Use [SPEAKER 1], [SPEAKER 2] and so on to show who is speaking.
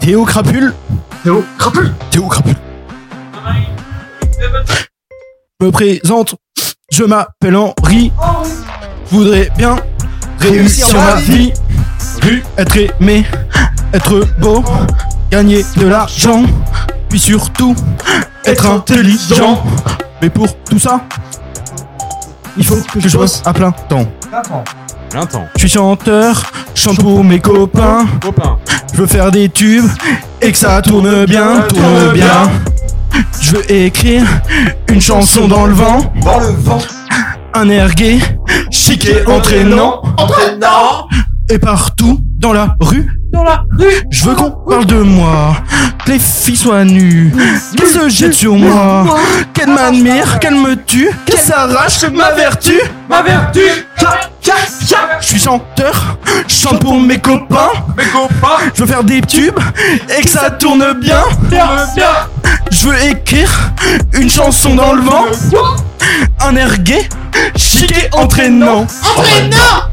[SPEAKER 1] Théo Crapule
[SPEAKER 2] Théo Crapule
[SPEAKER 1] Théo Crapule Me présente, je m'appelle Henri. Je voudrais bien réussir ma vie, être aimé, être beau, gagner de l'argent, puis surtout être intelligent. Mais pour tout ça, il faut que je bosse à plein temps.
[SPEAKER 3] L'intend.
[SPEAKER 1] Je suis chanteur, je chante pour mes copains.
[SPEAKER 3] Copain.
[SPEAKER 1] Je veux faire des tubes et que ça tourne bien, tourne bien. Je veux écrire une chanson dans le vent,
[SPEAKER 2] Dans le vent
[SPEAKER 1] un air gay, chic et entraînant,
[SPEAKER 2] Entraînant
[SPEAKER 1] et partout dans la rue.
[SPEAKER 3] Dans la rue.
[SPEAKER 1] Je veux qu'on parle de moi, que les filles soient nues, qu'elles se jettent sur
[SPEAKER 3] Ah.
[SPEAKER 1] moi, qu'elles m'admirent, qu'elles me tuent, qu'elles s'arrachent ma vertu.
[SPEAKER 3] Ma vertu.
[SPEAKER 1] Je suis chanteur, je chante pour mes copains,
[SPEAKER 3] Mes copains.
[SPEAKER 1] je veux faire des tubes et que ça tourne bien.
[SPEAKER 3] Bien. Bien.
[SPEAKER 1] Je veux écrire une chanson dans le vent, un air gay, chic et entraînant.
[SPEAKER 2] Entraînant